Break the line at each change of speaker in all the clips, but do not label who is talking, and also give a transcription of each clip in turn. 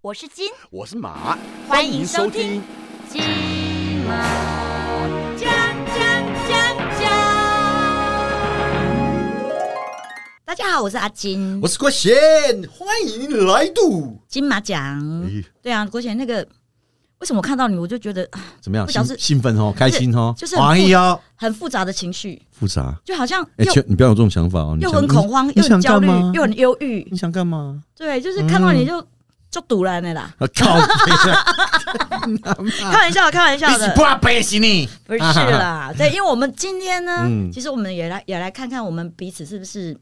我是金，
我是马，
欢迎收听金毛讲讲讲讲。大家好，我是阿金，
我是郭贤，欢迎来到。
金马奖。
咦，
对啊，国贤那个，为什么我看到你我就觉得 啊
怎么样？
不晓
兴
得
兴奋哦，开心哦，
就是很
哎呀，
很复杂的情绪，
复杂。
就好像
哎，
又、
千你不要有这种想法哦，你
又
想
很恐慌，
你
又
想
很焦
干
虑
嘛？，嗯
又很忧郁。
你想干嘛？
对，就是看到你就、就堵然的啦。
啊靠北 啊！
开玩笑，开玩笑
你
的
是。怕背死你？
不是啦，对，因为我们今天呢，
啊嗯
其实我们也来也来看看我们彼此是不是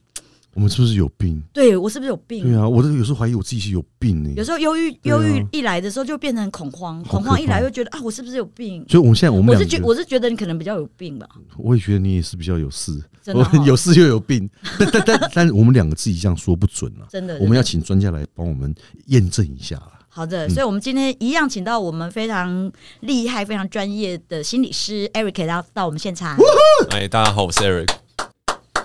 我们是不是有病？
对我是不是有病。
对啊，我都有时候怀疑我自己是有病呢
有。时候忧郁
对啊
忧郁一来的时候，就变成恐慌，
好
恐
可
慌一来
怕
又觉得啊，我是不是有病？
所以，我们现在我们
我
两
是
个
觉
觉得，
我是觉得你可能比较有病吧，
我也觉得你也是比较有事，
真的哦
有事又有病，但但但但我们两个自己这样说不准啊。
真的。
我
真
们
的
要请专家来帮我们验证一下啦。
好的，所以我们今天一样请到我们非常厉害、非常专业的心理师 Eric 到到我们现场。
哎，大家好，我是 Eric。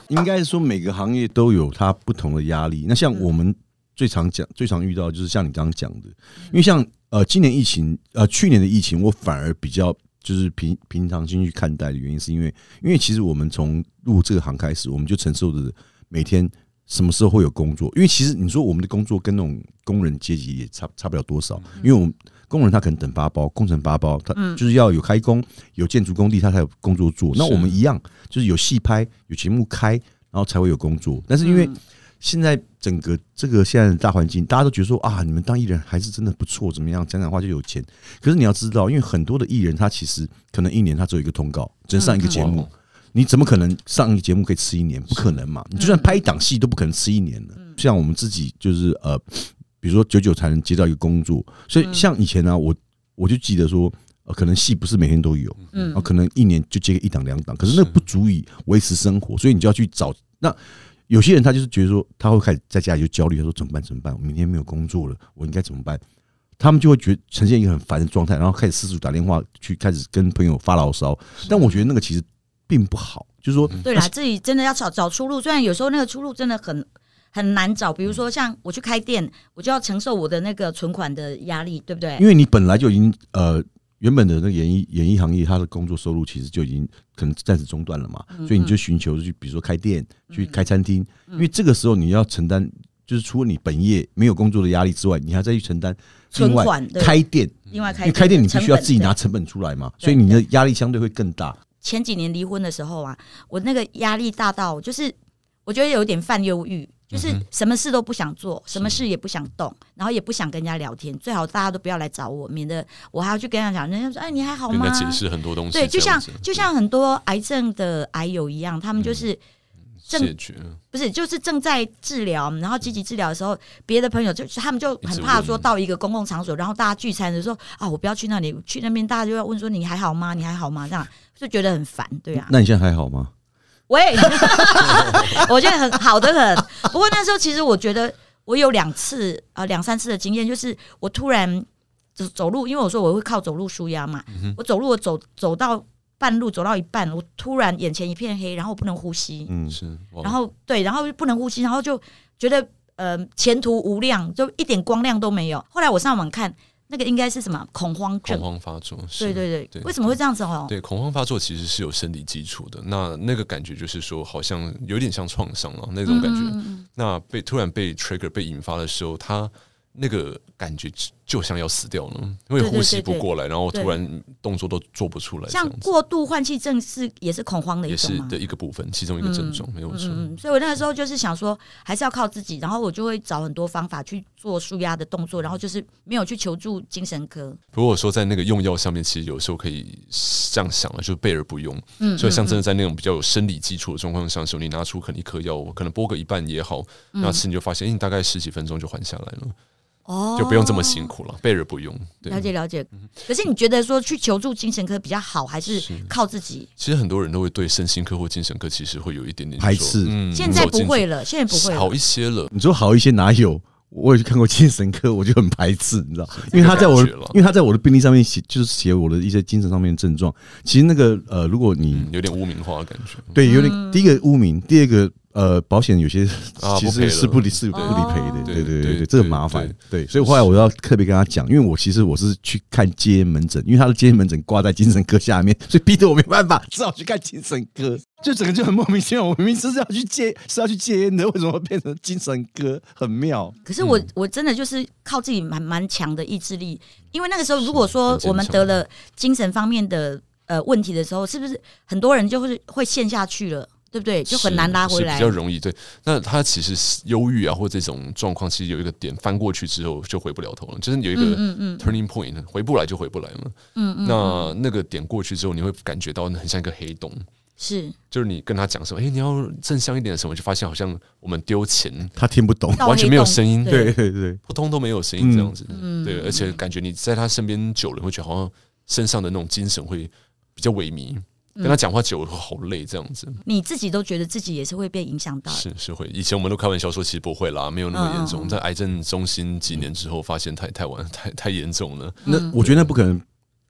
应该说每个行业都有它不同的压力。那像
嗯
我们最常讲、最常遇到的就是像你刚刚讲的，因为像呃今年疫情，呃去年的疫情，我反而比较就是平平常心去看待的原因，是因为因为其实我们从入这个行开始，我们就承受着每天什么时候会有工作，因为其实你说我们的工作跟那种工人阶级也差差不了多少，因为我们。工人他可能等发包，工程发包，他就是要有开工，有建筑工地，他才有工作做。那我们一样，就是有戏拍，有节目开，然后才会有工作。但是因为现在整个这个现在的大环境，大家都觉得说啊，你们当艺人还是真的不错，怎么样讲讲话就有钱。可是你要知道，因为很多的艺人他其实可能一年他只有一个通告，只能上一个节目。
嗯
你怎么可能上一个节目可以吃一年？不可能嘛！你就算拍一档戏都不可能吃一年的。像我们自己就是呃，比如说久久才能接到一个工作，所以像以前呢、我我就记得说，呃，可能戏不是每天都有，
嗯
然后可能一年就接个一档两档，可是那不足以维持生活，所以你就要去找那。有些人他就是觉得说，他会开始在家里就焦虑，他说怎么办？怎么办？我明天没有工作了，我应该怎么办？他们就会觉得呈现一个很烦的状态，然后开始四处打电话去，开始跟朋友发牢骚。但我觉得那个其实并不好，就是说，
对啦，自己真的要找找出路。虽然有时候那个出路真的很很难找，比如说像我去开店，我就要承受我的那个存款的压力，对不对？
因为你本来就已经呃原本的那个演艺演艺行业，他的工作收入其实就已经可能暂时中断了嘛，
嗯
所以你就寻求去比如说开店、去开餐厅，因为这个时候你要承担。就是除了你本业没有工作的压力之外，你还再去承担另
存
外
款对
开店，
另外
因
开
为开店你必须
成
要
本
自己拿
对
成本出来嘛，
对
所以你的压力相对会更大。
前几年离婚的时候啊，我那个压力大到，就是我觉得有点犯忧郁，就是
嗯
什么事都不想做，什么事也不想动，然后也不想跟人家聊天，最好大家都不要来找我，免得我还要去跟人家讲，人家说哎你还好
跟
吗
他？解释很多东西，
对，就
这样
像
子嗯
就像很多癌症的癌友一样，他们就是。正
解决，
不是，就是正在治疗，然后积极治疗的时候，别的朋友就是他们就很
嗯一直
怕
问
说到一个公共场所，然后大家聚餐的时候啊，我不要去那里，去那边大家就要问说你还好吗？你还好吗？这样就觉得很烦，对啊。
那你现在还好吗？
喂， 我觉得很好的很。不过那时候其实我觉得我有两次呃两三次的经验，就是我突然走走路，因为我说我会靠走路舒压嘛，我走路我走走到半路走到一半，我突然眼前一片黑，然后我不能呼吸，
嗯，
是，哇
然后对，然后就不能呼吸，然后就觉得呃前途无量，就一点光亮都没有。后来我上网看那个应该是什么恐慌
恐
症，
慌发作，是
对对对，
对
为什么会这样子哦？
对，恐慌发作其实是有生理基础的。那那个感觉就是说，好像有点像创伤了那种感觉。
嗯
那被突然被 trigger 被引发的时候，他那个感觉就就像要死掉了，因为
对对
呼吸
对对
不过来，然后
对
突然动作都做不出来，这
像
样子
过度换气症是也是恐慌的一
也
种
是
吗？
的一个部分，其中一个症状，没有错。
嗯，嗯，所以我那个时候就是想说，还是要靠自己，然后我就会找很多方法去做舒压的动作，然后就是没有去求助精神科。
不过说在那个用药上面，其实有时候可以这样想了，就是备而不用。
嗯
所以像真的在那种比较有生理基础的状况下的时候，你拿出可能一颗药，可能剥个一半也好，
嗯
那吃你就发现，哎你大概十几分钟就缓下来了，
哦
就不用这么辛苦了，备嗯而不用。对
了，解了解。可是你觉得说去求助精神科比较好，还是靠自己？
其实很多人都会对身心科或精神科其实会有一点点
排斥
说嗯
现在
走
不
进去
会了，现在不会了
好一些了。
你说好一些哪有？我也去看过精神科，我就很排斥，你知道，因为他在我的
这个感觉了，
因为他在我的病历上面写，就是写我的一些精神上面的症状。其实那个呃，如果你
嗯，有点污名化的感觉。
对有点第一个污名，第二个呃，保险有些
啊
其
不赔
实
了
是不理是不
对
理赔的，
对
对对
对
对
对
对，这很麻烦
对。
对，所以后来我要特别跟他讲，因为我其实我是去看接门诊，因为他的接门诊挂在精神科下面，所以逼得我没办法，只好去看精神科。就整个就很莫名其妙，我明明是要去戒是要去戒烟的，为什么会变成精神科？很妙。
可是
嗯
我、我真的就是靠自己蛮蛮强的意志力，因为那个时候如果
很
说
坚
我们
强
得了精神方面的呃问题的时候，是不是很多人就会会陷下去了，对不对？就很难拉回
是
来
比较。容易。对，那他其实忧郁啊，或这种状况，其实有一个点翻过去之后就回不了头了，就是有一
嗯
个 turning point，、回不来就回不来了。嗯嗯，那那个点过去之后，你会感觉到很像一个黑洞，
是
就是你跟他讲什么，哎、你要正向一点什么，就发现好像我们丢钱，
他听不懂，
到
完全
黑
没有
洞
声音
对对对，
扑通都没有声音这样子。
嗯
对，而且感觉你在他身边久了，会觉得好像身上的那种精神会比较萎靡。
嗯
跟他讲话久了会好累，这样子
你自己都觉得自己也是会被影响到的。嗯
是是会。以前我们都开玩笑说，其实不会啦，没有那么严重。在癌症中心几年之后，发现太太晚 太太严重了，
那我觉得那不可能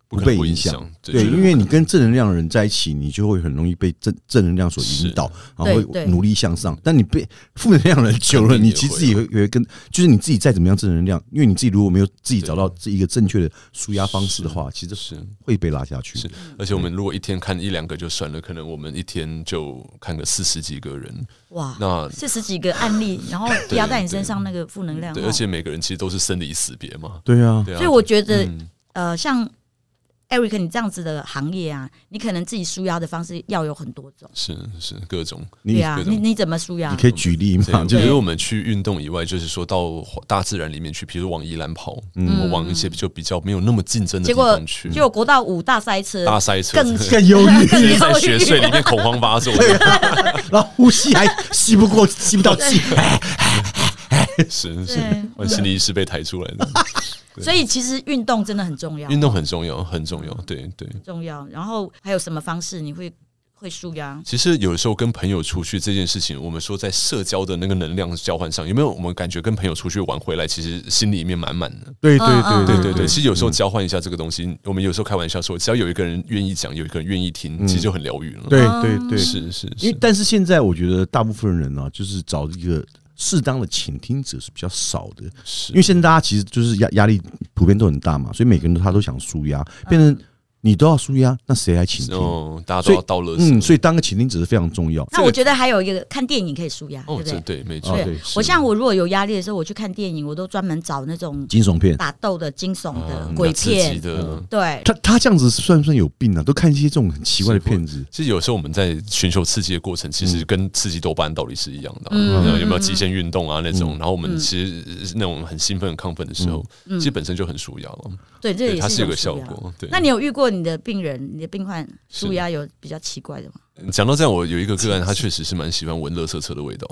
不可
被
能不
影
影
响
响。
对，因为你跟正能量的人在一起，你就会很容易被正正能量所引导，然后
对
会
对
努力向上。但你被负能量的人久了，
肯定也
你其实也会啊也会跟，就是你自己再怎么样正能量，因为你自己如果没有自己找到这一个正确的舒压方式的话，其实
是
会被拉下去。
是，而且我们如果一天看一两个就算了，可能我们一天就看个四十几个人，
哇，
那
四十几个案 例，然后
对
压在你身上那个负能量。
对，
哦
而且每个人其实都是生离死别嘛。
对啊，
对啊，
所以我觉得，
嗯
呃，像 Eric 你这样子的行业啊，你可能自己舒压的方式要有很多种。
是是 各种
对
你
啊
各，种
你你怎么舒压
你？可以举例
所以
嘛？
我
啊就
觉
是
得我们去运动以外，就是说到大自然里面去，比如往宜兰跑，
嗯
我往一些就比较没有那么竞争的地
结果
方去，
结果国道五大塞车，
大塞车，
更
直
更忧郁，
接在雪隧里面恐慌 发作，
然后呼吸还吸不 过，吸不到气。
是是
对，
我心理医师被抬出来的。
所以其实运动真的很重要，
运动很重要，很重要，对对。
重要。然后还有什么方式你会会舒压？
其实有时候跟朋友出去这件事情，我们说在社交的那个能量交换上，有没有我们感觉跟朋友出去玩回来，其实心里面满满的。
对
嗯嗯
对
对
对
对对，其实有时候交换一下这个东西，我们有时候开玩笑说，只要有一个人愿意讲，有一个人愿意听，其实就很疗愈了。
嗯对对对，
是是
因为
是，
但是现在我觉得大部分人啊，就是找一个适当的倾听者是比较少的，
是
因为现在大家其实就是压压力普遍都很大嘛，所以每个人都他都想舒压，变成你都要舒压，那谁来倾听？
嗯哦，大家
所
都
以
要到了，
嗯，所以
以
当个倾听者是非常重要。
那我觉得还有一个看电影可以舒压，对
哦
不，
这
对？
对没错
哦，
对
对，
我
是
像我如果有压力的时候，我去看电影，我都专门找那种
惊悚
嗯
片，
打斗的、惊悚
啊
的、
比较
鬼
刺激
片，
嗯
的。
对，
他他这样子算不算有病啊？都看一些这种很奇怪的片子，
其实有时候我们在寻求刺激的过程，其实跟刺激多巴胺道理是一样的啊、
嗯
然后有没有
嗯
极限运动啊那种？然后我们
嗯
其实那种很兴奋、很亢奋的时候，其实本身就很舒压了，
对，这也
它
是一
是有
种
个效
舒压。
果。对，
那你有遇过你的病人、你的病患
是
舒压有比较奇怪的吗？
讲到这样，我有一个个案，他确实是蛮喜欢闻垃圾车的味道。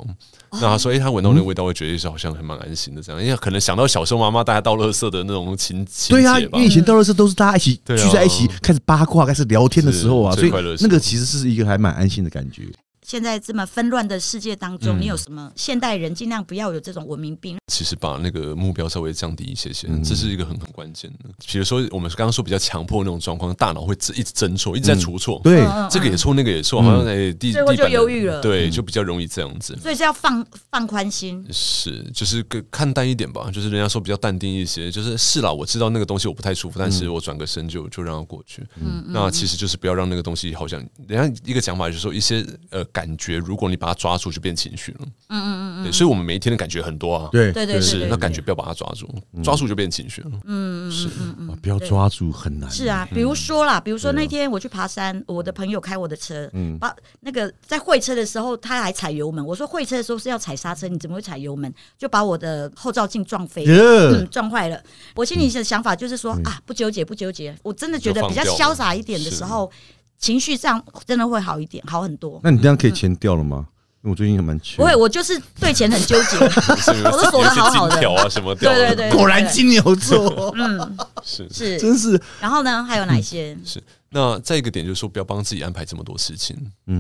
哦
那他说，哎、他闻到那个味道，会觉得是好像还蛮安心的这样，因为可能想到小时候妈妈带他倒垃圾的那种情情
对啊，
节
因
吧
为。以前到乐是都是大家一起
对啊
聚在一起开始八卦、开始聊天的时候啊，
是
所
最
以
快乐的时候
那个其实是一个还蛮安心的感觉。
现在这么纷乱的世界当中，
嗯
你有什么现代人尽量不要有这种文明病？
其实把那个目标稍微降低一些些，
嗯
这是一个很很关键的。比如说我们刚刚说比较强迫那种状况，大脑会一直挣错，一直在出错。
对，
嗯
这个也错，那个也错，好像哎地地
最后
板
就
的
忧郁了
对，就比较容易这样子。
所以是要放放宽心，
是，就是个看淡一点吧，就是人家说比较淡定一些，就是是啦，我知道那个东西我不太舒服，但是我转个身就就让它过去。嗯，那其实就是不要让那个东西好像，人家一个讲法就是说一些呃感觉，如果你把它抓住就变情绪了。嗯嗯嗯，所以我们每一天的感觉很多啊，，
对
对对对嗯
是那感觉不要把它抓住，抓住就变情绪了。嗯
啊不要抓住很难。
是啊，比如说啦，比如说那天我去爬山，我的朋友开我的车，
嗯
把那个在会车的时候他还踩油门，我说会车的时候是要踩刹车，你怎么会踩油门？就把我的后照镜撞飞了。
呃
嗯，撞坏了。我心里的想法就是说、啊，不纠结，不纠结。我真的觉
嗯就
得
放
比较
掉
潇
了
洒一点的
是
时候，情绪上真的会好一点，好很多。
那你这样可以钱掉了吗？因为我最近还蛮缺
不。会，我就是对钱很纠 结。
是有
我都锁得
有一些
好好的
金条啊什么掉
对
了，
对对，
果然
对
金牛座，
嗯
是
是。
真是
然后呢，还有哪一些？
是，那再一个点就是说，不要帮自己安排这么多事情，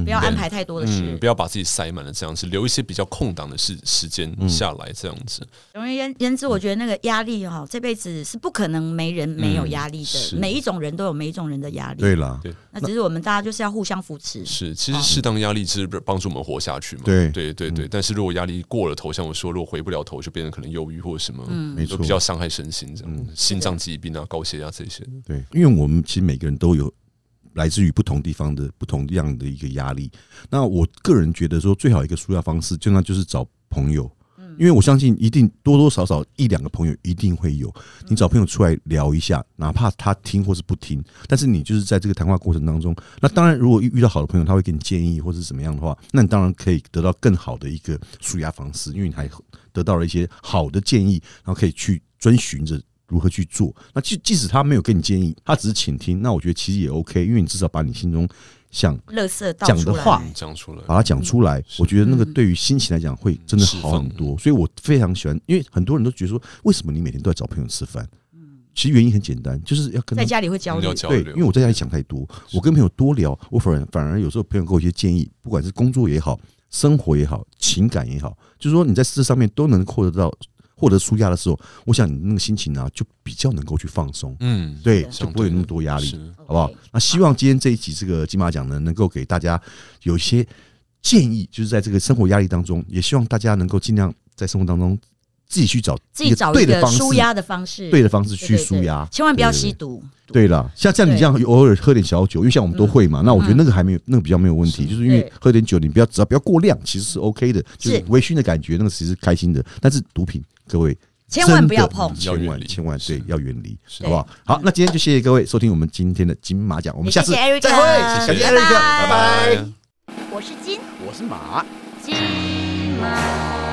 不要安排太多的
嗯，
事
不。要把自己塞满了这样子，留一些比较空档的时时间下来这样子。
总而言言之，我觉得那个压力哈，这辈子是不可能没人没有压力
嗯
的
是，
每一种人都有每一种人的压力。
对啦，
那只是我们大家就是要互相扶持。
是，其实适当压力是帮助我们活下去嘛。
对嗯
对对对。但是如果压力过了头，像我说，如果回不了头，就变成可能忧郁或什么，
没
就
错嗯
比，较伤害身心这样，心脏疾病啊、高血压这些的。
对，因为我们其实每个人都有来自于不同地方的不同样的一个压力。那我个人觉得说，最好一个舒压方式，就那就是找朋友。因为我相信，一定多多少少一两个朋友一定会有。你找朋友出来聊一下，哪怕他听或是不听，但是你就是在这个谈话过程当中，那当然，如果遇遇到好的朋友，他会给你建议或是怎么样的话，那你当然可以得到更好的一个舒压方式，因为你还得到了一些好的建议，然后可以去遵循着如何去做。那即即使他没有给你建议，他只是倾听，那我觉得其实也 OK，因为你至少把你心中想
乐色倒
讲的
出来
话
嗯这样出来，
把它讲出来，我觉得那个对于心情来讲会真的
嗯释
好
放
很
嗯
多。所以我非常喜欢，因为很多人都觉得说，为什么你每天都在找朋友吃饭？其实原因很简单，就是要跟他
在家里会焦
你
虑
嗯要。交
对，
流，
因为我在家里想太多，我跟朋友多聊，我反而反而有时候朋友给我一些建议，不管是工作也好，生活也好，情感也好，就是说你在这上面都能获得到获得舒压的时候，我想你那个心情啊就比较能够去放松，
嗯，
对，就
相
不会有那么多压力。
是
好不好
OK？
那希望今天这一集这个金马奖呢，能够给大家有一些建议，就是在这个生活压力当中，也希望大家能够尽量在生活当中自己去找
自己找
对
一
的
个
方式，
舒压的方式，
对的方式
对
去
对
舒
对
压，
千万不要
对
吸。毒。
对了，像像你这样偶尔喝点小酒，因为像我们都会嘛，那我觉得那个还没有，那个比较没有问题，就是因
嗯
为
对
喝点酒，你不要只要不要过量，其实是 OK 的，就是
是
微醺的感觉，那个其实开心的。但是毒品，各位
千万
真
不要
的
碰
要
千
远
万
离
千万
是
对要远离，
是
好不好？好，那今天就谢谢各位收听我们今天的金马奖，我们
也
下次
谢谢 Eric，
再会，
谢谢
感谢 Eric，
拜
拜拜。
我是金
我是马。
金马。